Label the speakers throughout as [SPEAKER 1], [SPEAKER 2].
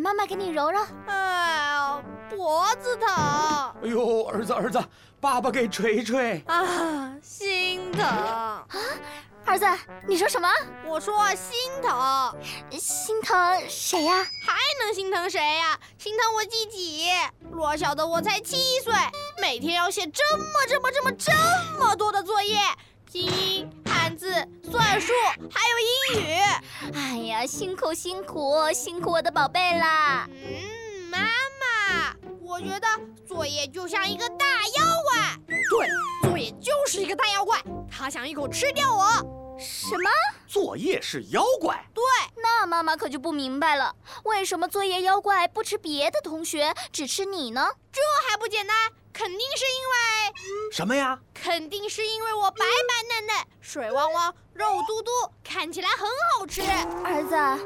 [SPEAKER 1] 妈妈给你揉揉。
[SPEAKER 2] 哎呀，脖子疼
[SPEAKER 3] 哎呦，儿子儿子，爸爸给锤锤。
[SPEAKER 2] 啊，心疼。
[SPEAKER 1] 儿子，你说什么？
[SPEAKER 2] 我说心疼，还
[SPEAKER 1] 心疼谁呀、
[SPEAKER 2] 能心疼谁呀、心疼我自己。罗小的我才七岁，每天要写这么这么这么这么多的作业，拼音、汉字、算术，还有英语。
[SPEAKER 1] 哎呀，辛苦辛苦辛苦我的宝贝啦！
[SPEAKER 2] 嗯，妈妈，我觉得作业就像一个大妖怪。对，作业就是一个大妖怪，他想一口吃掉我。
[SPEAKER 1] 什么？
[SPEAKER 3] 作业是妖怪，
[SPEAKER 1] 那妈妈可就不明白了，为什么作业妖怪不吃别的同学，只吃你呢？
[SPEAKER 2] 这还不简单？肯定是因为，
[SPEAKER 3] 什么呀？
[SPEAKER 2] 肯定是因为我白白嫩嫩、水汪汪、肉嘟嘟，看起来很好吃。
[SPEAKER 1] 儿子，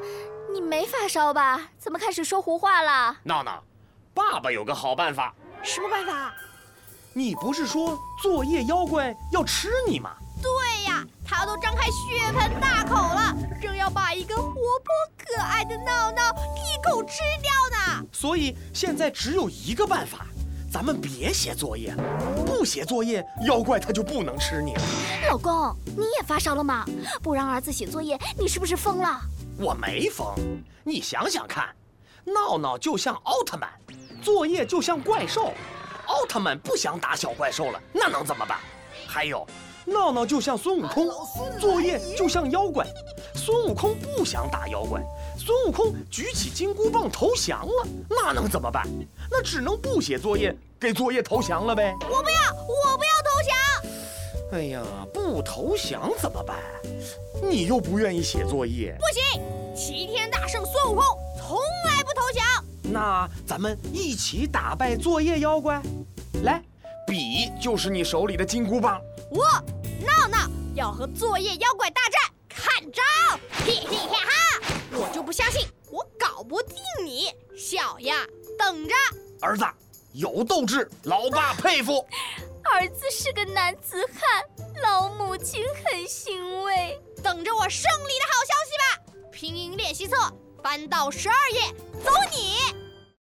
[SPEAKER 1] 你没发烧吧？怎么开始说胡话啦？
[SPEAKER 3] 闹闹，爸爸有个好办法。
[SPEAKER 2] 什么办法？
[SPEAKER 3] 你不是说作业妖怪要吃你吗？
[SPEAKER 2] 对呀，他都张开血盆大口了，正要把一个活泼可爱的闹闹一口吃掉呢。
[SPEAKER 3] 所以现在只有一个办法，咱们别写作业了。不写作业，妖怪他就不能吃你了。
[SPEAKER 1] 老公，你也发烧了吗？不让儿子写作业，你是不是疯了？
[SPEAKER 3] 我没疯，你想想看，闹闹就像奥特曼，作业就像怪兽，奥特曼不想打小怪兽了，那能怎么办？还有，闹闹就像孙悟空，哎作业就像妖怪，孙悟空不想打妖怪，孙悟空举起金箍棒投降了，那能怎么办？那只能不写作业，给作业投降了呗。
[SPEAKER 2] 我不要，我不要投降。
[SPEAKER 3] 哎呀，不投降怎么办？你又不愿意写作业。
[SPEAKER 2] 不行，齐天大圣孙悟空从来不投降。
[SPEAKER 3] 那咱们一起打败作业妖怪，来，笔就是你手里的金箍棒。
[SPEAKER 2] 我闹闹要和作业妖怪大战，看招！嘿嘿嘿哈！我就不相信，我搞不定你！小样，等着！
[SPEAKER 3] 儿子有斗志，老爸佩服。
[SPEAKER 1] 儿子是个男子汉，老母亲很欣慰。
[SPEAKER 2] 等着我胜利的好消息吧！拼音练习册翻到十二页，走你！